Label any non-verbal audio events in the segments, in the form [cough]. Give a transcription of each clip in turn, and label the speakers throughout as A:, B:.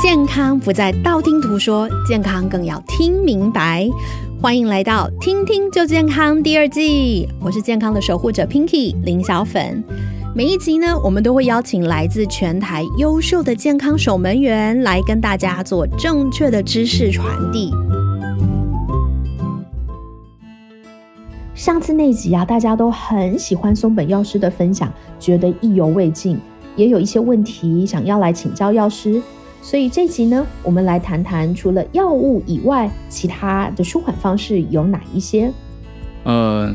A: 健康不再道听途说，健康更要听明白。欢迎来到《听听就健康》第二季，我是健康的守护者 Pinky 林小粉。每一集呢，我们都会邀请来自全台优秀的健康守门员来跟大家做正确的知识传递。上次那集啊，大家都很喜欢松本药师的分享，觉得意犹未尽，也有一些问题想要来请教药师。所以这集呢，我们来谈谈除了药物以外，其他的舒缓方式有哪一些？
B: 呃，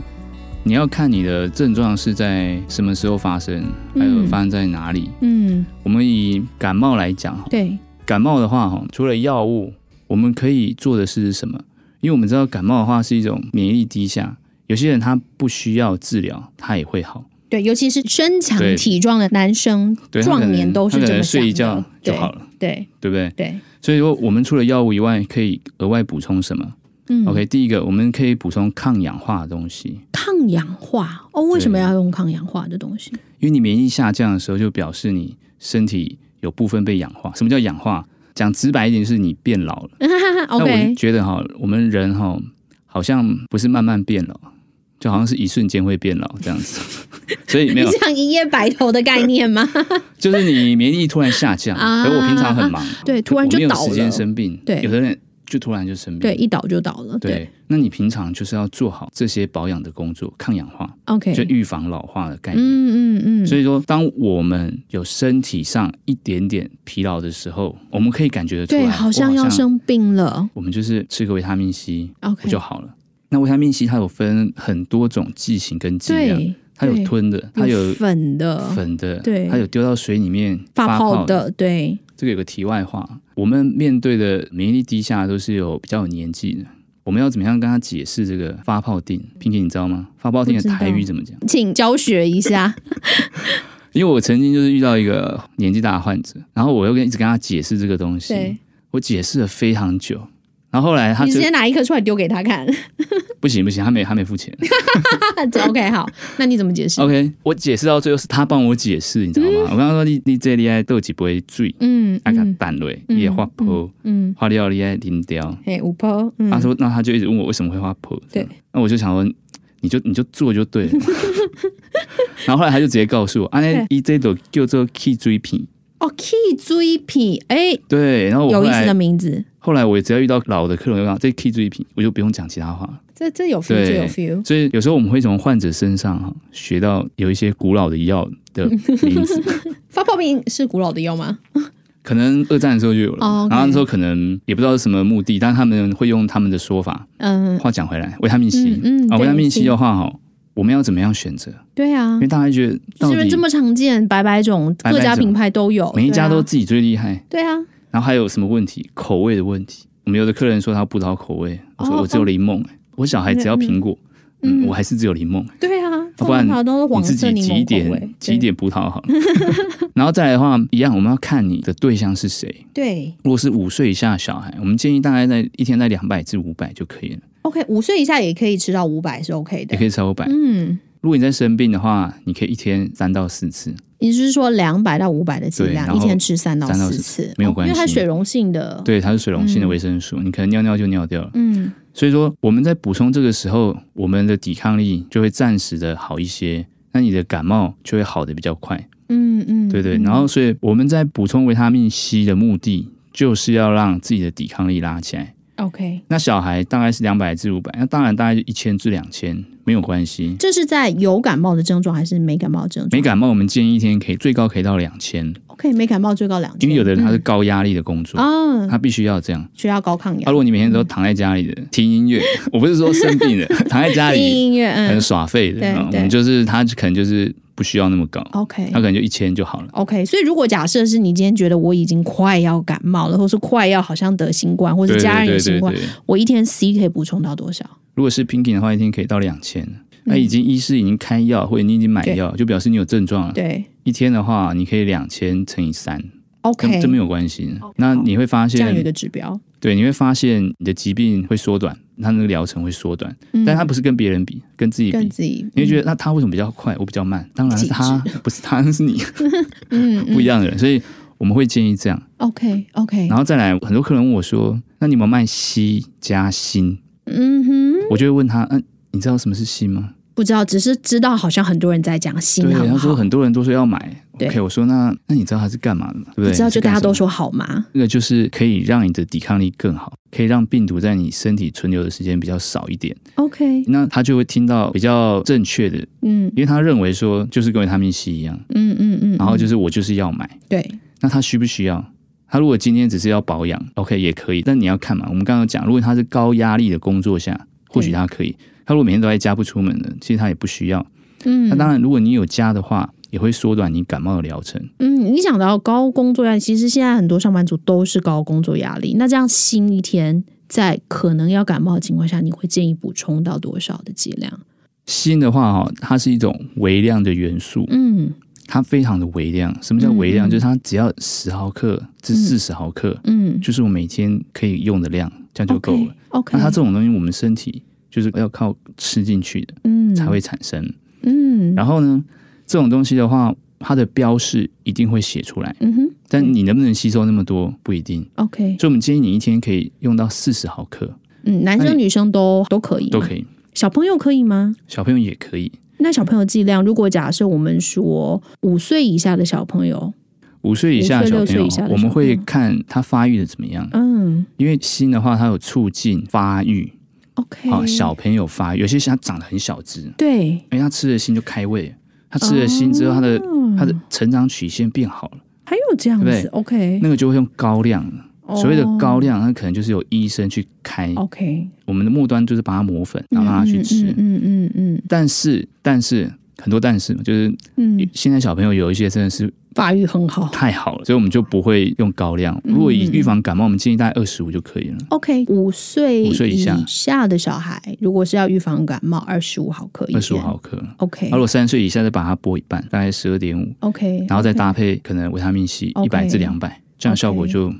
B: 你要看你的症状是在什么时候发生，还有
A: 嗯
B: 发生在哪里。
A: 嗯，
B: 我们以感冒来讲哈，
A: 对，
B: 感冒的话哈，除了药物，我们可以做的是什么？因为我们知道感冒的话是一种免疫力低下，有些人他不需要治疗，他也会好。
C: 对，尤其是身强
B: 对
C: 体壮的男生，
B: 对，他可
C: 壮
B: 能
C: 年都是
B: 他可
C: 这
B: 能
C: 么想
B: 睡
C: 的。
B: 一觉就好了，
C: 对
B: 对不对？
C: 对
B: 所以说，我们除了药物以外，可以额外补充什么、
C: 嗯
B: o k 第一个，我们可以补充抗氧化的东西，
C: 抗氧化哦，为什么
B: 对
C: 要用抗氧化的东 [laughs] 西？
B: 因为你免疫下降的时候，就表示你身体有部分被氧化。什么叫氧化？讲直白一点，就是你变老了。那我就
C: OK，
B: 觉得哈，我们人哈，好像不是慢慢变老，就好像是一瞬间会变老这样子。
C: [laughs]
B: 所以没
C: 你
B: 有，
C: 想一夜白头的概念
B: [laughs]
C: 吗？
B: 就是你免疫力突然下降，
C: [laughs] 啊
B: 可我平常很忙，
C: 对，突然就
B: 我没有
C: 倒
B: 时间
C: 了，
B: 生病。
C: 对
B: 有的人就突然就生病。
C: 对，一倒就倒了，
B: 对，
C: 对
B: 那你平常就是要做好这些保养的工作，抗氧化，
C: ，OK，
B: 就预防老化的概念。
C: 嗯嗯
B: 所
C: 嗯，
B: 以说，当我们有身体上一点点疲劳的时候，我们可以感觉得出来，
C: 对，
B: 我
C: 好
B: 好
C: 像要生病了
B: 我们就是吃个维他命 C 不
C: ，OK，
B: 就好了。那维他命 C 它有分很多种剂型跟剂量，
C: 对，
B: 它有
C: 对
B: 吞的，它有
C: 粉的，
B: 粉的，
C: 对
B: 它有丢到水里面
C: 发
B: 泡
C: 泡。的，对，
B: 这个有个题外话，我们面对的免疫力低下都是有比较有年纪的，我们要怎么样跟他解释这个发泡定？Pinky 你知道吗？发泡定的
C: 不知道
B: 台语怎么讲？
C: 请教学一
B: [laughs]
C: 下，
B: 因为我曾经就是遇到一个年纪大的患者，然后我又跟一直跟他解释这个东西
C: 对，
B: 我解释了非常久，然后后来他
C: 你直
B: 就
C: 接拿一颗出来丢给他看 [laughs]
B: 不行不行，他没他没付钱。
C: ，OK，好，那你怎么解释？
B: OK，我解释到最后是他帮我解释，你知道吗？我跟他说你你这里爱豆几杯醉，
C: 嗯
B: 啊，个
C: 嗯
B: 蛋类
C: 嗯
B: 也画破，
C: 嗯，
B: 画料你爱淋掉。
C: 嘿，五婆，嗯，
B: 他说，那他就一直问我为什么会画破。
C: 对，
B: 那我就想说，你就你就做
C: [laughs]
B: 就对了。然后后来他就直接告诉我，啊，那
C: 对
B: 一这都叫做 key 追品。
C: 哦，key 追品，哎，
B: 对，然后哦我后
C: 有意思的
B: 来
C: 名字，
B: 后来我只要遇到老的客人，我就讲这 key 追品，我就不用讲其他话了。
C: 这这有 feel，
B: 对
C: 这有 feel。
B: 所以有时候我们会从患者身上哈学到有一些古老的药的名
C: [laughs]
B: 字，
C: 发泡饼是古老的药吗？
B: 可能二战的时候就有了，
C: 哦，OK
B: 然后那时候可能也不知道是什么目的，但他们会用他们的说法。
C: 嗯，
B: 话讲回来，维他命 C，
C: 嗯嗯
B: 啊，
C: 对
B: 维他命 C
C: 是
B: 的话哈，我们要怎么样选择？
C: 对啊
B: 因为，大家觉得到
C: 是不
B: 底
C: 是这么常见？百百种，
B: 百百
C: 各家
B: 种
C: 品牌都有，
B: 每一
C: 对
B: 家
C: 啊
B: 都自己最厉害，
C: 对啊。
B: 然后还有什么问题？口味的问题，我们有的客人说他不萄口味，我说
C: 哦
B: 我只有柠檬、欸我小孩只要苹果，嗯，
C: 嗯
B: 我还是只有柠檬、
C: 对啊，
B: 不然
C: 通常都是
B: 你
C: 黄
B: 自
C: 色
B: 己
C: 柠檬
B: 挤一
C: 口味
B: 点，挤一点葡萄好了。 [laughs] 然后再来的话，一样，我们要看你的对象是谁。
C: 对
B: 如果是五岁以下的小孩，我们建议大概在一天在两百至五百就可以了，
C: ，OK，五岁以下也可以吃到五百是 OK
B: 也
C: 的
B: 可。以超过百。
C: 嗯，
B: 如果你在生病的话，你可以一天三到四次，
C: 你是说两百到五百的剂
B: 对然
C: 量，
B: 后
C: 一天吃三
B: 三到
C: 四
B: 四
C: 次
B: 没有
C: 哦
B: 关
C: 因为它
B: 系
C: 水溶性的。，
B: 对，它是水溶性的维生素，你可能尿尿就尿掉了。
C: 嗯，
B: 所以说我们在补充这个时候，我们的抵抗力就会暂时的好一些，那你的感冒就会好的比较快，
C: 嗯嗯，
B: 对对。
C: 嗯
B: 然后所以我们在补充维他命 C 的目的，就是要让自己的抵抗力拉起来。
C: OK，
B: 那小孩大概是两百至五百，那当然大概就一千至两千没有关系。
C: 这是在有感冒的症状还是没感冒的症状？
B: 没感冒，我们建议一天可以最高可以到两千，
C: OK，没感冒最高两千，
B: 因为有的人他是高压力的工作，
C: 嗯啊，
B: 他必须要这样。
C: 需要高抗
B: 啊，
C: 氧
B: 如果你每天都躺在家里的听音乐，我不是说生
C: [laughs]
B: 病的，躺在家
C: 听
B: 里
C: 音乐，
B: 很
C: 嗯
B: 耍废的，
C: 对
B: 啊我
C: 对哦
B: 们就是他可能就是不需要那么高，
C: ，OK
B: 他可能就一千就好了。
C: OK。所以如果假设是你今天觉得我已经快要感冒了，或是快要好像得新冠，或
B: 对
C: 是家
B: 对
C: 人
B: 对
C: 有新
B: 对
C: 冠，
B: 对，
C: 我一天 C 可以补充到多少？
B: 如果是 Pinky 的话，一天可以到两千。那已经医师已经开药，或者你已经买
C: 嗯对
B: 药，就表示你有症状了。
C: 对
B: 一天的话，你可以两千乘以三，
C: ，OK，
B: 跟这没有关系。那你会发
C: 这样有一
B: 现，
C: 个指标，
B: 对，你会发现你的疾病会缩短，它那个疗程会缩短，
C: 嗯
B: 但它不是跟别人比，跟自己
C: 跟
B: 比。
C: 自己
B: 你会觉得，那 [laughs] 他为什么比较快，我比较慢？当然是他，不是他，是你。
C: 嗯嗯嗯
B: 不一样的人，所以我们会建议这样。
C: OK OK，
B: 然后再来，很多客人问我说：“那你们卖硒加锌
C: 嗯哼，？”
B: 我就会问他：“嗯、你知道什么是锌吗
C: 不知道，只是知道好像很多人在讲？”新
B: 对，
C: 好
B: 他
C: 不
B: 说
C: 好？
B: 很多人都说要买。
C: 对
B: OK，我说那那你知道它是干嘛的吗？对不
C: 不
B: 对？
C: 知道就大家都
B: 是干什么
C: 说好嘛，
B: 这个就是可以让你的抵抗力更好，可以让病毒在你身体存留的时间比较少一点。
C: OK，
B: 那他就会听到比较正确的，
C: 嗯
B: 因为他认为说就是跟维他命 C 一样，
C: 嗯嗯嗯，
B: 然后就是是我就是要买。
C: 对，
B: 那他需不需要？他如果今天只是要保养，OK 也可以，但你要看嘛。我们刚刚有讲，如果他是高压力的工作下，或许他可以；他如果每天都在家不出门的，其实他也不需要。
C: 嗯
B: 那当然，如果你有家的话，也会缩短你感冒的疗程。
C: 嗯，你讲到高工作压力，其实现在很多上班族都是高工作压力。那这样新一天在可能要感冒的情况下，你会建议补充到多少的剂量？
B: 锌的话，哈，它是一种微量的元素，
C: 嗯
B: 它非常的微量。什么叫微量？
C: 嗯嗯
B: 就是它只要十毫克至四十毫克，
C: 嗯，
B: 就是我每天可以用的量，这样就够了。。
C: OK，
B: 那它这种东西，我们身体就是要靠吃进去的
C: 嗯
B: 才会产生。
C: 嗯，
B: 然后呢，这种东西的话，它的标示一定会写出来，
C: 嗯哼
B: 但你能不能吸收那么多不一定。
C: ，OK，
B: 所以我们建议你一天可以用到四十毫克
C: 嗯，男
B: 那
C: 生
B: 你
C: 女生都都可以，
B: 都可
C: 以。
B: 以，
C: 小朋友可以吗？
B: 小朋友也可以。
C: 那小朋友剂量，如果假设我们说五岁以下的小朋友，
B: 五岁以下的小
C: 五岁六
B: 朋
C: 岁
B: 友
C: 以下的小朋，友
B: 我们会看他发育的怎么样，
C: 嗯
B: 因为锌的话，它有促进发育，
C: ，OK，
B: 好、啊小朋友发育，有些是他长得很小只，
C: 对，
B: 因为他吃了锌就开胃了，他吃了锌之后，他的、
C: 嗯
B: 他的成长曲线变好了，
C: 还有这样
B: 对不
C: 子
B: 对
C: ，OK，
B: 那个就会用高量了。所谓的高量，它可能就是有医生去开，
C: 哦，OK，
B: 我们的末端就是把它磨粉，然后让它去吃。
C: 嗯嗯嗯嗯
B: 但是，但是很多但是嘛，就是
C: 嗯，嗯
B: 现在小朋友有一些真的是
C: 发育很好。
B: 太好了，所以我们就不会用高量。
C: 嗯
B: 如果以预防感冒，我们建议大概二十五就可以了。
C: OK，五岁
B: 5岁以下
C: 的小孩，如果是要预防感冒，二十五毫克一
B: 二十五
C: 片
B: 毫克，
C: ，OK，
B: 那如果三岁以下，再把它拨一半，大概十二点五，
C: OK，
B: 然后再
C: OK
B: 搭配可能维他命 C 一
C: OK
B: 百至两百，这样效果
C: OK
B: 就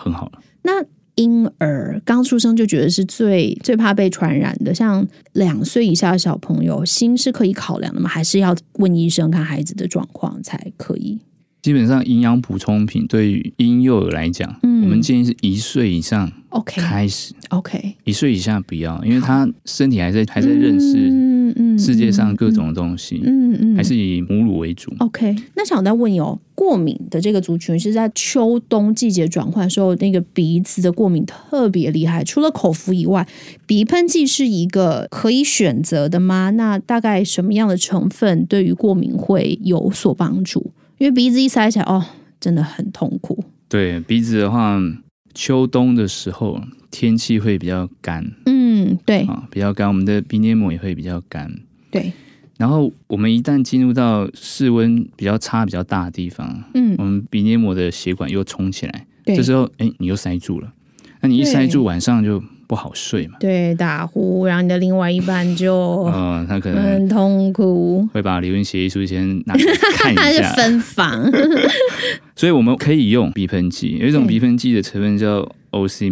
B: 很好了。
C: 那婴儿嗯刚出生就觉得是最最怕被传染的，像两岁以下的小朋友，心是可以考量的吗？还是要问医生看孩子的状况才可以？
B: 基本上营养补充品对于婴幼儿来讲，
C: 嗯
B: 我们建议是一岁以上
C: OK
B: 开始，
C: OK，
B: 一岁以下不要，因为他身体还在还在认识
C: 嗯嗯
B: 世界上各种东西，
C: 嗯嗯嗯
B: 还是以母乳为主。
C: OK，那想再问你哦，过敏的这个族群是在秋冬季节转换的时候，那个鼻子的过敏特别厉害。除了口服以外，鼻喷剂是一个可以选择的吗？那大概什么样的成分对于过敏会有所帮助？因为鼻子一塞起来，哦，真的很痛苦。
B: 对鼻子的话，秋冬的时候天气会比较干
C: 嗯，对
B: 啊，比较干，我们的鼻黏膜也会比较干。
C: 对，
B: 然后我们一旦进入到室温比较差、比较大的地方，
C: 嗯
B: 我们鼻黏膜的血管又冲起来，
C: 对
B: 这时候哎，你又塞住了。那你一
C: 对
B: 塞住，晚上就不好睡嘛。
C: 对，打呼，然后你的另外一半
B: [laughs]
C: 就
B: 嗯、他可能
C: 很痛苦，
B: 会把离婚协议书先拿来看
C: 他
B: 一
C: [laughs] 是。
B: 下
C: 分房。
B: 所以我们可以用鼻喷剂，有一种
C: 对
B: 鼻喷剂的成分叫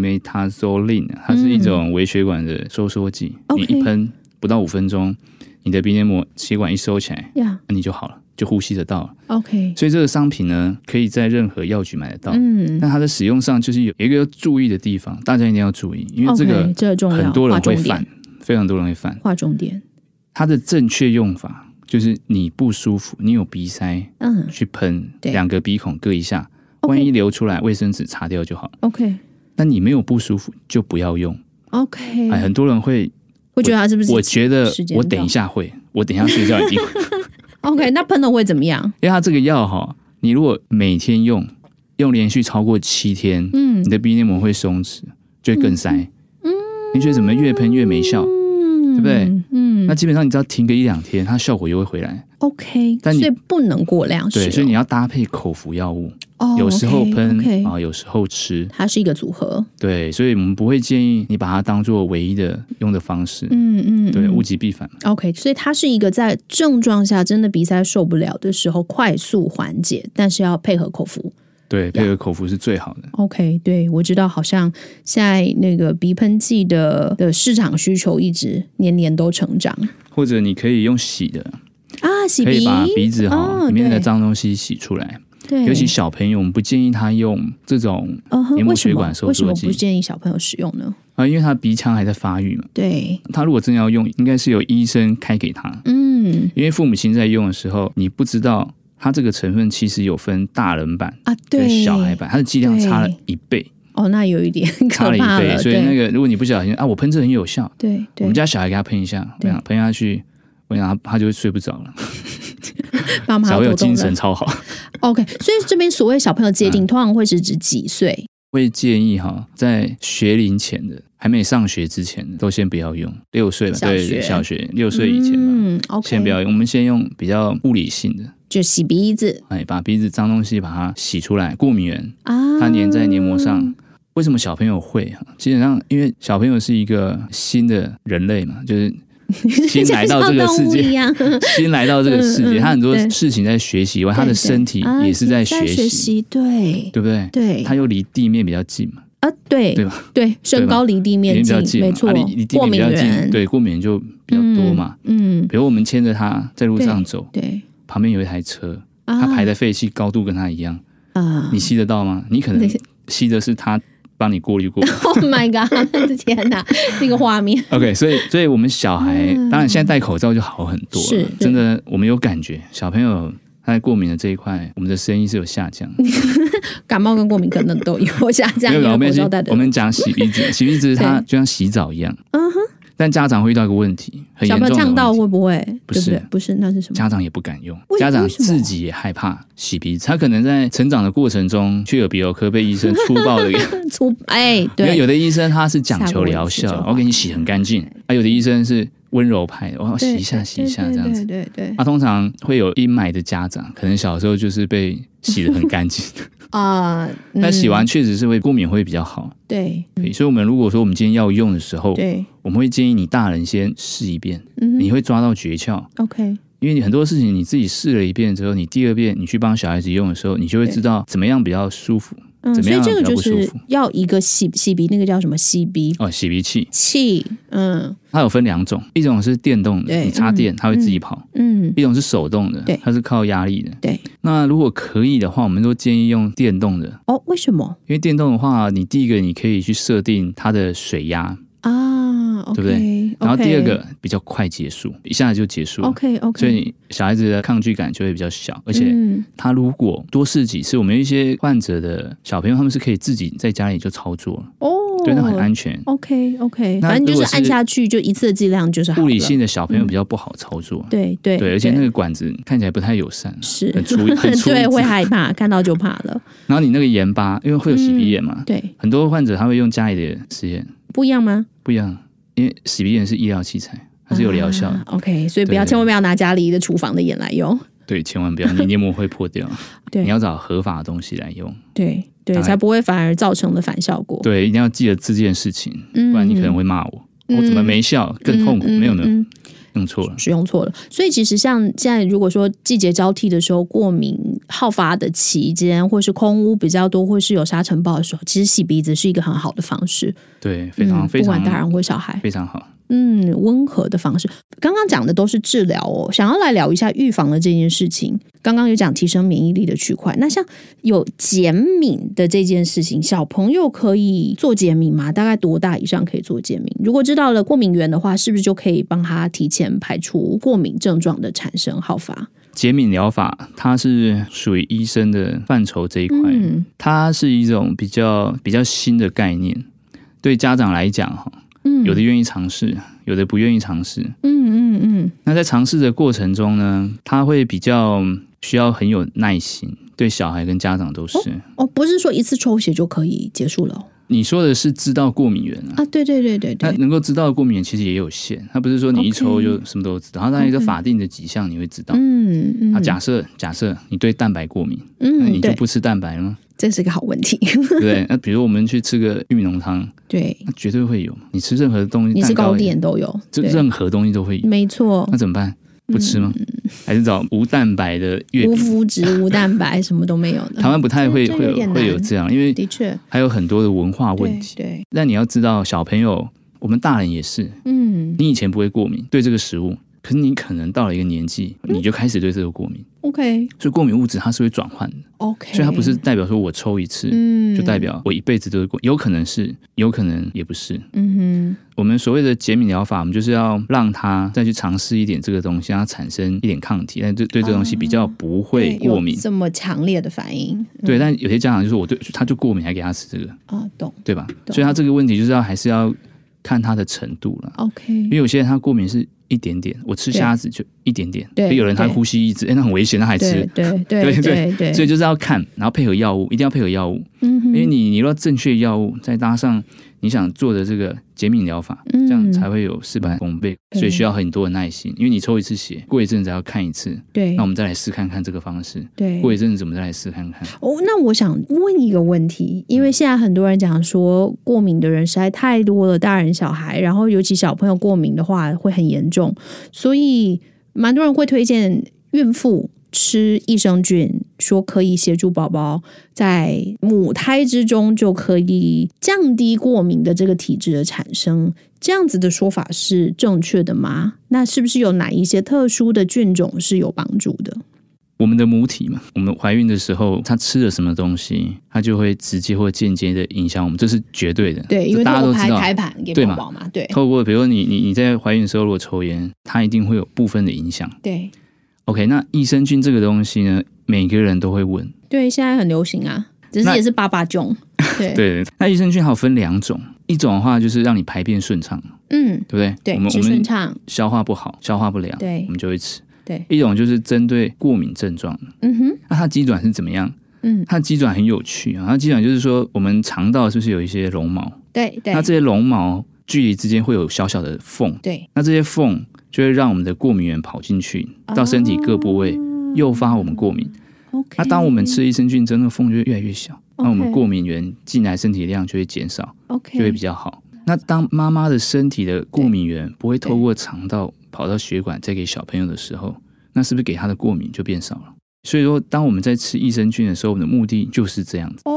B: oxymetazoline，它是一种微血管的收缩剂。
C: 嗯 OK
B: 你一喷不到五分钟，你的鼻黏膜血管一收起来，
C: 呀、
B: 那你就好了，就呼吸得到了。
C: o k
B: 所以这个商品呢，可以在任何药局买得到。
C: 嗯，
B: 但它的使用上就是有有一个要注意的地方，大家一定要注意，因为这
C: OK，
B: 个
C: 这重要，
B: 很多人
C: 划重
B: 会
C: 点
B: 犯，非常多人会犯。
C: 划重点。
B: 它的正确用法就是你不舒服，你有鼻塞，
C: 嗯
B: 去喷，
C: 对
B: 两个鼻孔各一下，
C: OK
B: 万一流出来，卫生纸擦掉就好。
C: ，OK
B: 那你没有不舒服就不要用。
C: OK，
B: 哎，很多人会，
C: 我觉得他是不是？
B: 我觉得
C: 时间到
B: 我等一下会，我等一下睡觉一定会，
C: OK，那喷了会怎么样？
B: 因为它这个药哈，你如果每天用，用连续超过七天，
C: 嗯
B: 你的鼻黏膜会松弛，就会更塞。你觉得怎么越喷越没效？
C: 嗯，
B: 对不对？
C: 嗯
B: 那基本上你只要停个一两天，它效果又会回来。
C: ，OK，
B: 但你
C: 所以不能过量使
B: 对，
C: 用，
B: 所以你要搭配口服药物，
C: 哦
B: 有时候
C: OK，
B: 喷
C: OK
B: 啊，有时候吃。
C: 它是一个组合。
B: 对，所以我们不会建议你把它当做唯一的用的方式。
C: 嗯嗯，
B: 对，
C: 嗯
B: 物极必反嘛。
C: OK，所以它是一个在症状下真的鼻塞受不了的时候快速缓解，但是要配合口服。
B: 对，配合口服是最好的。
C: OK，对我知道，好像现在那个鼻喷剂的的市场需求一直年年都成长
B: 或者你可以用洗的，
C: 啊，洗
B: 可以
C: 鼻
B: 把鼻子哈、
C: 哦
B: 里面的
C: 对
B: 脏东西洗出来。
C: 对，
B: 尤其小朋友，我们不建议他用这种
C: 嗯哼
B: 黏膜
C: 为什
B: 血
C: 么
B: 管收
C: 为什
B: 缩
C: 么
B: 剂
C: 不建议小朋友使用呢？
B: 啊、因为他鼻腔还在发育嘛，
C: 对，
B: 他如果真的要用，应该是由医生开给他，
C: 嗯
B: 因为父母亲在用的时候，你不知道它这个成分其实有分大人版
C: 啊，
B: 跟
C: 对，
B: 小孩版，它的剂量差了一倍，
C: 哦，那有一点 [laughs]
B: 差
C: 可
B: 了
C: 怕
B: 一倍，所以
C: 对
B: 那个如果你不小心啊，我喷这很有效，
C: 对
B: 我
C: 对
B: 们，家小孩给他喷一下，我
C: 对
B: 想喷下去。我想他他就会睡不着了，
C: 爸妈
B: 小
C: 要
B: 朋友
C: 多动
B: 精神嗯
C: 了。
B: 超好。
C: OK，所以这边所谓小朋友界定，通常会是指几岁？
B: 会建议哈，在学龄前的还没上学之前的都先不要用，六岁吧，
C: 小
B: 对，
C: 学
B: 小学六岁以前吧，
C: 嗯，OK，
B: 先不要用。我们先用比较物理性的，
C: 就洗鼻子
B: 哎，把鼻子脏东西把它洗出来，过敏源
C: 啊，
B: 它粘在黏膜上。为什么小朋友会啊？基本上因为小朋友是一个新的人类嘛，就是新
C: 像
B: 来到这个
C: 动
B: 世
C: 物一
B: 界，
C: 样，
B: 新来到这个世
C: 嗯
B: 界，
C: 嗯
B: 他很多
C: 对
B: 事情在学习以外， [laughs] 他的
C: 对对
B: 身体
C: 啊
B: 也是在
C: 学
B: 学习，
C: 对
B: 对不对？
C: 对，
B: 他又离地面比较近嘛，
C: 啊，对
B: 对吧？
C: 对，身高离地
B: 离
C: 面
B: 比较
C: 近，
B: 近嘛，
C: 没错
B: 啊离离，地
C: 过
B: 面比
C: 敏
B: 较
C: 源
B: 近，，对，过敏源就比较多嘛。
C: 嗯，
B: 比如我们牵着他在路上走，
C: 对
B: 旁边有一台车，
C: 啊，
B: 它排的废气高度跟他一样，
C: 啊
B: 你吸得到吗？你可能
C: 对
B: 吸的是他帮你过
C: [laughs]
B: 滤过。
C: ，Oh my god，我的天哪，那个画面
B: OK，所以所以我们小孩，当然现在戴口罩就好很多了，
C: 嗯是对
B: 真的，我们有感觉，小朋友他在过敏的这一块，我们的声音是有下降。
C: 感冒跟过敏可能都有，像这样
B: 没有，我
C: 口
B: 们
C: 罩戴的，
B: 我们讲洗鼻
C: [laughs]
B: 子，洗鼻子它就像洗澡一样，
C: 嗯哼，
B: 但家长会遇到一个问题，很
C: 小
B: 严
C: 朋友
B: 重的
C: 呛到
B: 问题
C: 会不会？
B: 不
C: 对不
B: 是
C: 对？不是，那是什么？
B: 家长也不敢用
C: 为，
B: 家长
C: 为什么
B: 自己也害怕洗鼻子，他可能在成长的过程中去耳鼻喉科被医生粗暴的给
C: 粗哎，
B: 因为
C: 对
B: 有的医生他是讲求
C: 下过
B: 疗
C: 一次
B: 效
C: 就，好
B: 我给你洗很干净；啊，有的医生是温柔派的，我要洗
C: 对
B: 一下
C: 对
B: 洗一
C: 对
B: 下
C: 对
B: 这样子。
C: 对对对
B: 啊，通常会有阴霾的家长，可能小时候就是被洗得很干净，
C: 啊，
B: 但
C: [laughs]
B: 洗
C: 嗯
B: 完确实是会过敏会比较好。
C: 对
B: 对所以，我们如果说我们今天要用的时候，
C: 对，
B: 我们会建议你大人先试一遍，
C: 嗯
B: 你
C: 哼
B: 会抓到诀窍。
C: ，OK，
B: 因为你很多事情你自己试了一遍之后，你第二遍你去帮小孩子用的时候，你就会
C: 对
B: 知道怎么样比较舒服
C: 嗯，
B: 怎么
C: 所以
B: 样
C: 这个
B: 比较
C: 就
B: 不舒
C: 是
B: 服
C: 要一个洗洗鼻，那个叫什么洗鼻
B: 哦。洗鼻器
C: 器？嗯
B: 它有分两种，一种是电动的，
C: 对
B: 你插电
C: 嗯
B: 它会自己跑；
C: 嗯，
B: 一种是手动的
C: 对，
B: 它是靠压力的。
C: 对。
B: 那如果可以的话，我们都建议用电动的，
C: 哦，为什么
B: 因为电动的话，你第一个你可以去设定它的水压，
C: 啊？OK，
B: 对不对然后第二个比较快结束，一下子就结束了。
C: ，OK OK，
B: 所以你小孩子的抗拒感就会比较小，而且
C: 嗯
B: 他如果多试几次，我们有一些患者的小朋友他们是可以自己在家里就操作了，
C: 哦，
B: 对，那很安全。
C: OK OK，
B: 那
C: 反正就
B: 如果
C: 是按
B: 是
C: 下去就一次的剂量就是好
B: 物理
C: 了
B: 性的小朋友比较不好操作，
C: 对对
B: 对，而且那个管子看起来不太友善，
C: 是 [laughs]
B: 很粗很粗
C: 对，会
B: 一支
C: 害怕，看到就怕了。
B: 然后你那个盐巴，因为会有洗
C: 嗯
B: 鼻炎嘛，
C: 对，
B: 很多患者他会用家里的实验，
C: 不一样吗？
B: 不一样，因为洗鼻炎是医疗器材，它是有疗效的，
C: 啊 OK，所以不要
B: 对
C: 千万不要拿家里的厨房的盐来用。
B: 对，千万不要，你黏膜会破掉，
C: [laughs] 对
B: 你要找合法的东西来
C: [laughs]
B: 用，
C: 对对，
B: 大概
C: 才不会反而造成了反效果。
B: 对，一定要记得这件事情，
C: 嗯，
B: 不然你可能会骂我，我怎么没效，更痛苦，
C: 嗯嗯
B: 没有没有
C: 嗯，
B: 用错了。
C: 使用错了。所以其实像现在，如果说季节交替的时候，过敏好发的期间，或是空污比较多，或是有沙尘暴的时候，其实洗鼻子是一个很好的方式，
B: 对，非常、
C: 嗯、
B: 非
C: 不管大
B: 常
C: 人或小孩，
B: 非常好。
C: 嗯，温和的方式。刚刚讲的都是治疗哦，想要来聊一下预防的这件事情。刚刚有讲提升免疫力的区块，那像有减敏的这件事情，小朋友可以做减敏吗？大概多大以上可以做减敏？如果知道了过敏源的话，是不是就可以帮他提前排除过敏症状的产生好发？
B: 减敏疗法它是属于医生的范畴这一块，
C: 嗯，
B: 它是一种比较比较新的概念。对家长来讲，哈，
C: 嗯
B: 有的愿意尝试，有的不愿意尝试。
C: 嗯嗯嗯，
B: 那在尝试的过程中呢，他会比较需要很有耐心，对小孩跟家长都是。
C: 哦，不是说一次抽血就可以结束了哦、
B: 你说的是知道过敏源啊，
C: 啊？对对对对
B: 那
C: 对，
B: 能够知道的过敏源其实也有限，它不是说你一
C: OK
B: 抽就什么都知道，它大概一个法定的几项你会知道。
C: 嗯嗯，
B: 啊，假设假设你对蛋白过敏，那
C: 嗯
B: 你就
C: 对，
B: 不吃蛋白了吗？ [laughs]
C: 这是个好问题，
B: 对不对？那比如我们去吃个玉米浓汤，
C: [laughs] 对。
B: 那绝对会有。你吃任何东西，
C: 你是
B: 蛋糕
C: 糕
B: 也，
C: 点都有，
B: 就
C: 对嗯
B: 任何东西都会有。
C: 没错
B: 那，怎么办？不吃吗？还是找无蛋白的月
C: 无
B: 饼？
C: 麸质、无蛋白，什么都没有的。
B: 台湾不太会
C: 这
B: 会
C: 有点难
B: 有会有这样，因为
C: 的确，
B: 还有很多的文化问
C: 对
B: 题。
C: 对，
B: 但你要知道，小朋友，我们大人也是，
C: 嗯，嗯
B: 你以前不会过敏对这个食物，可是你可能到了一个年纪，你就开始对这个过敏。
C: ，OK
B: 所以过敏物质它是会转换的，
C: OK，
B: 所以它不是代表说我抽一次、
C: 嗯，
B: 就代表我一辈子都是过，有可能是，有可能也不是。
C: 嗯
B: 我们所谓的减敏疗法，我们就是要让它再去尝试一点这个东西，让它产生一点抗体，但对对这东西比较不
C: 哼，
B: 会
C: 哦有嗯
B: 过敏。
C: 这么强烈的反应，
B: 对，但有些家长就是我对他就过敏，还给他吃这个，
C: 啊，懂
B: 对吧？
C: 懂
B: 所以他这个问题就是要还是要看他的程度了，因为
C: ，OK，
B: 有些人他过敏是一点点，我吃虾子就一点点，
C: 对
B: 可有人他呼吸抑制，哎，那很危险，他还
C: 对
B: 吃。
C: 对
B: 对
C: 对对，
B: 所以就是要看，然后配合药物，一定要配合药物，
C: 嗯哼
B: 因为你你若正确药物，再搭上你想做的这个减敏疗法，
C: 嗯
B: 这样才会有事半功倍，
C: 对
B: 所以需要很多的耐心，因为你抽一次血，过一阵子还要看一次，
C: 对
B: 那我们再来试看看这个方式，
C: 对
B: 过一阵子我们再来试看看。
C: 哦，那我想问一个问题，因为现在很多人讲说过敏的人实在太多了，大人小孩，然后尤其小朋友过敏的话会很严重，所以蛮多人会推荐孕妇吃益生菌，说可以协助宝宝在母胎之中就可以降低过敏的这个体质的产生。这样子的说法是正确的吗？那是不是有哪一些特殊的菌种是有帮助的？
B: 我们的母体嘛，我们怀孕的时候，她吃了什么东西，它就会直接或间接的影响我们，这是绝对的。
C: 对，因
B: 这
C: 为
B: 大家
C: 我
B: 都
C: 排
B: 知道。
C: 胎盘给
B: 对
C: 宝
B: 嘛
C: 宝嘛，对
B: 透过比如说你你你在怀孕的时候如果抽烟，它一定会有部分的影响。
C: 对
B: OK，那益生菌这个东西呢，每个人都会问。
C: 对，现在很流行啊，只是
B: 那
C: 也是爸爸囧，
B: [laughs]
C: 对，
B: 对，那益生菌还有分两种，一种的话就是让你排便顺畅，
C: 嗯，
B: 对不对？
C: 对
B: 我，们
C: 吃
B: 我
C: 顺
B: 们
C: 畅，
B: 消化不好、消化不良，
C: 对
B: 我们就会吃。
C: 对
B: 一种就是针对过敏症状的，
C: 嗯哼，
B: 那它鸡爪是怎么样？
C: 嗯，
B: 它鸡爪很有趣啊，它鸡爪就是说我们肠道是不是有一些绒毛？
C: 对对
B: 那这些绒毛距离之间会有小小的缝，
C: 对，
B: 那这些缝就会让我们的过敏源跑进去，到身体各部位，诱发我们过敏。
C: 哦 OK，
B: 那当我们吃益生菌之后，那个缝就会越来越小，那我们
C: OK
B: 过敏源进来身体的量就会减少，
C: OK
B: 就会比较好。那当妈妈的身体的过敏源不会透过肠道跑到血管再给小朋友的时候，那是不是给他的过敏就变少了？所以说，当我们在吃益生菌的时候，我们的目的就是这样子。
C: 哦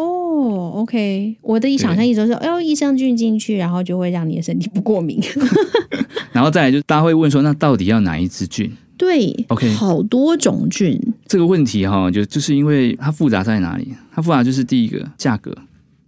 C: ，OK，我的一想象一直都是，哎呦，益生菌进去，然后就会让你的身体不过敏。 [laughs]
B: 然后再来就大家会问说，那到底要哪一支菌？
C: 对
B: OK
C: 好多种菌，
B: 这个问题哈、就就是因为它复杂在哪里？它复杂就是第一个价格，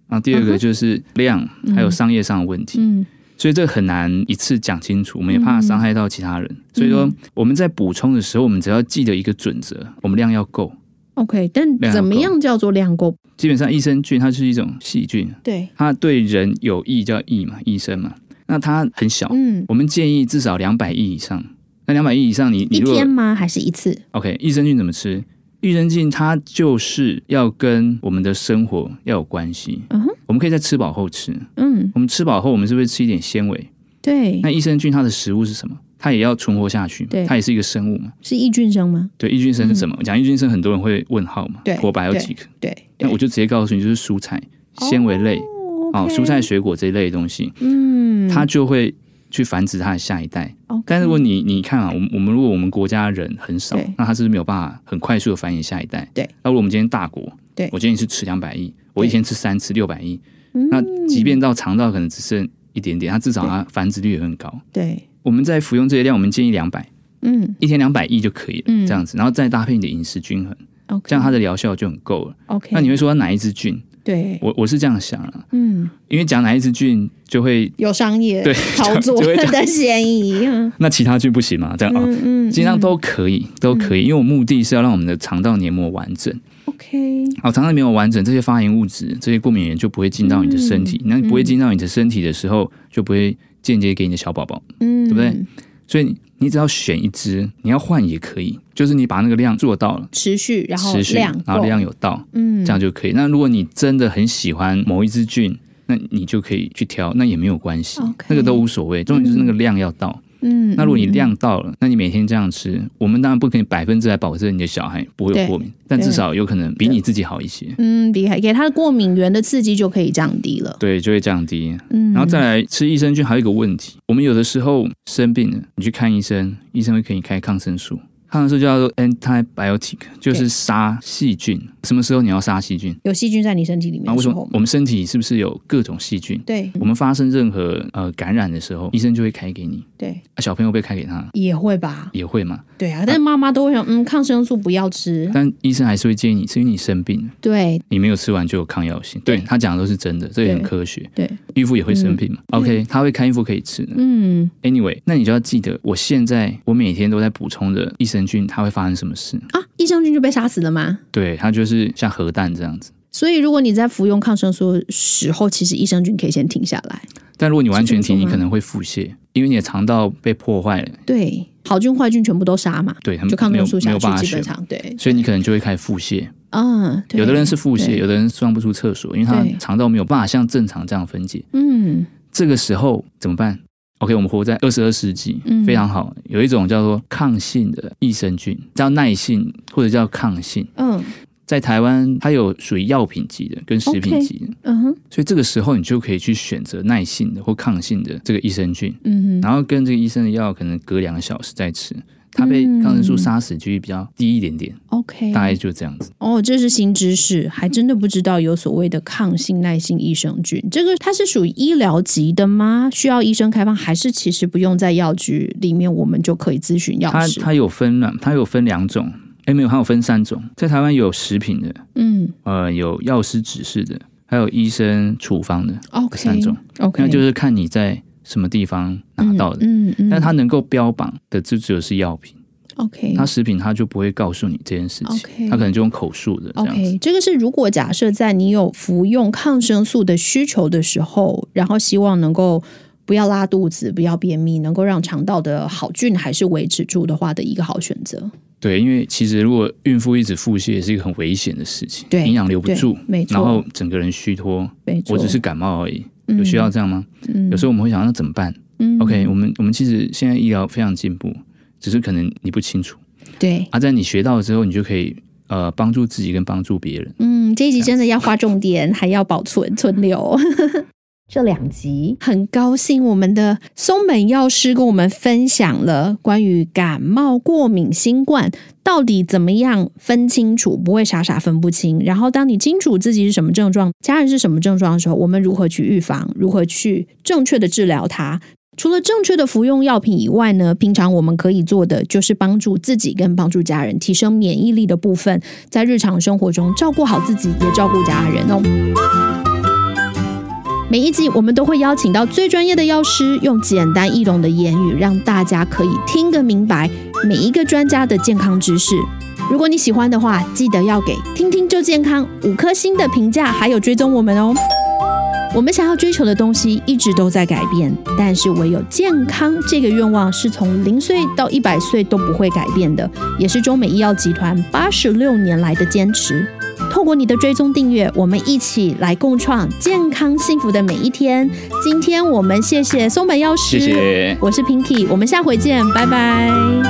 B: 然后第二
C: 嗯
B: 个
C: 哼
B: 就是量，还有商业上的问题。
C: 嗯
B: 所以这很难一次讲清楚，我们也怕伤害到其他人。
C: 嗯
B: 所以说我们在补充的时候，我们只要记得一个准则，我们量要够。
C: ，OK，但
B: 量
C: 怎么
B: 够
C: 样叫做量够？
B: 基本上益生菌它是一种细菌，
C: 对，
B: 它对人有益叫益嘛，益生嘛。那它很小，
C: 嗯，
B: 我们建议至少两百亿以上。那两百亿以上你，你
C: 一
B: 如果
C: 天吗？还是一次？
B: OK，益生菌怎么吃？益生菌它就是要跟我们的生活要有关系。
C: 嗯哼
B: 我们可以在吃饱后吃。
C: 嗯，
B: 我们吃饱后，我们是不是吃一点纤维？
C: 对
B: 那，益生菌它的食物是什么？它也要存活下去嘛
C: 对，
B: 它也是一个生物嘛。
C: 是益菌生吗？
B: 对，益菌生是什么？我讲益菌生，很多人会问号嘛
C: 对
B: ，probiotic。
C: 对，
B: 那我就直接告诉你，就是蔬菜、纤维类
C: 哦
B: 哦，
C: ，OK
B: 蔬菜、水果这一类的东西，
C: 嗯，
B: 它就会去繁殖它的下一代。
C: OK
B: 但是如果你你看啊，我们我们如果我们国家人很少
C: 嗯对，
B: 那它是不是没有办法很快速的繁衍下一代。
C: 对
B: 那如果我们今天大国，
C: 对
B: 我今天是吃两百亿，我一天吃三次六百亿，
C: 嗯
B: 那即便到肠道可能只剩一点点，它至少它繁殖率也很高。
C: 对，
B: 我们在服用这些量，我们建议两百，
C: 嗯
B: 一天两百亿就可以了，
C: 嗯
B: 这样子，然后再搭配你的饮食均衡，
C: ，OK，
B: 这样它的疗效就很够了。
C: OK，
B: 那你会说哪一支菌？
C: 对，
B: 我我是这样想啊，
C: 嗯，
B: 因为讲哪一支菌就会，
C: 有商业
B: 对
C: [laughs] 操作
B: 就会讲
C: 的嫌疑，嗯
B: 那其他菌不行嘛？这样啊，
C: 嗯，
B: 实际上都可以，都可以，因为我目的是要让我们的肠道黏膜完整。
C: 嗯 OK，
B: 好，肠道黏膜完整，这些发炎物质、这些过敏原就不会进到你的身
C: 嗯
B: 体。那、不会进到你的身体的时候，就不会间接给你的小宝宝。
C: 嗯，
B: 对不对？所以你你只要选一支，你要换也可以，就是你把那个量做到了。
C: 持续，然后
B: 持续，
C: 量，
B: 然后量，有到，
C: 嗯，
B: 这样就可以。那如果你真的很喜欢某一支菌，那你就可以去挑，那也没有关系
C: OK
B: 那个都无所谓。重点就是那个量要到。
C: 嗯，
B: 那如果你量到了，那你每天这样吃，我们当然不可以百分之百保证你的小孩不会有过敏，但至少有可能比你自己好一些。
C: 嗯，厉害，给它的过敏源的刺激就可以降低了，
B: 对，就会降低。
C: 嗯，
B: 然后再来吃益生菌，还有一个问题，我们有的时候生病了，你去看医生，医生会给你开抗生素。抗生素叫做 antibiotic，就是杀细菌。什么时候你要杀细菌？
C: 有细菌在你身体里面的
B: 啊，为
C: 时
B: 什
C: 候
B: 么，我们身体是不是有各种细菌？
C: 对
B: 我们发生任何呃感染的时候，医生就会开给你。
C: 对，
B: 啊、小朋友被开给他
C: 也会吧？
B: 也会嘛，
C: 对啊，但是妈妈都会想，嗯，抗生素不要吃。
B: 但医生还是会建议你，是因为你生病了，
C: 对
B: 你没有吃完就有抗药性。对他讲的都是真的，这也很科学。
C: 对，
B: 孕妇也会生病嘛、o k 他会开孕妇可以吃的。
C: 嗯，
B: Anyway，那你就要记得，我现在我每天都在补充的益生菌，它会发生什么事？
C: 啊，益生菌就被杀死了吗？
B: 对，它就是像核弹这样子。
C: 所以，如果你在服用抗生素的时候，其实益生菌可以先停下来。
B: 但如果你完全停，
C: 是这么说
B: 你
C: 吗
B: 可能会腹泻，因为你的肠道被破坏了，
C: 对，好菌坏菌全部都杀嘛，
B: 对他们
C: 就抗
B: 没有
C: 生素
B: 没
C: 下
B: 有办
C: 去，
B: 法
C: 基本
B: 选，
C: 上对，
B: 所以你可能就会开始腹泻。
C: 啊，对
B: 有的人是腹泻，
C: 对
B: 有的人上不出厕所，因为他
C: 对
B: 肠道没有办法像正常这样分解。
C: 嗯，
B: 这个时候怎么办？OK，我们活在二十二世纪，
C: 嗯
B: 非常好。有一种叫做抗性的益生菌，叫耐性或者叫抗性，
C: 嗯
B: 在台湾它有属于药品级的跟食品
C: OK
B: 级的。
C: 嗯哼
B: 所以这个时候你就可以去选择耐性的或抗性的这个益生菌，
C: 嗯哼，
B: 然后跟这个医生的药可能隔两个小时再吃，它被
C: 嗯
B: 抗生素杀死几率比较低一点点，
C: OK，
B: 大概就这样子。
C: 哦，这是新知识，还真的不知道有所谓的抗性耐性益生菌，这个它是属于医疗级的吗？需要医生开方，还是其实不用在药局里面我们就可以咨询药
B: 它
C: 师？
B: 它有分了，它有分两种，哎没有，它有分三种，在台湾有食品的，
C: 嗯
B: 呃有药师指示的，还有医生处方的，
C: ，OK，
B: 三种
C: ，OK，
B: 那就是看你在什么地方拿到的。
C: 嗯嗯嗯，
B: 但它能够标榜的就只有是药品，
C: OK，
B: 它食品它就不会告诉你这件事情，
C: OK
B: 它可能就用口述的这样子。
C: OK，这个是如果假设在你有服用抗生素的需求的时候，然后希望能够不要拉肚子、不要便秘，能够让肠道的好菌还是维持住的话的一个好选择。
B: 对，因为其实如果孕妇一直腹泻也是一个很危险的事情，
C: 对
B: 营养留不
C: 对
B: 住，
C: 没错
B: 然后整个人虚脱。
C: 没错，
B: 我只是感冒而已，有需要这样吗？有时候我们会想，那怎么办、
C: 嗯
B: o k 我们我们其实现在医疗非常进步，只是可能你不清楚，
C: 嗯对。
B: 啊，在你学到了之后，你就可以呃帮助自己跟帮助别人。
C: 嗯，这一集真的要划重点，还要保存存留。
A: [laughs] 这两集
C: 很高兴我们的松本药师跟我们分享了关于感冒、过敏、新冠到底怎么样分清楚，不会傻傻分不清。然后，当你清楚自己是什么症状、家人是什么症状的时候，我们如何去预防，如何去正确的治疗它。除了正确的服用药品以外呢，平常我们可以做的就是帮助自己跟帮助家人提升免疫力的部分，在日常生活中照顾好自己，也照顾家人哦。每一集我们都会邀请到最专业的药师，用简单易懂的言语，让大家可以听个明白每一个专家的健康知识。如果你喜欢的话，记得要给“听听就健康”五颗星的评价，还有追踪我们哦。我们想要追求的东西一直都在改变，但是唯有健康这个愿望是从零岁到一百岁都不会改变的，也是中美医药集团八十六年来的坚持。透过你的追踪订阅，我们一起来共创健康幸福的每一天。今天我们谢谢松本药师，
B: 谢谢。
C: 我是 Pinky，我们下回见，拜拜。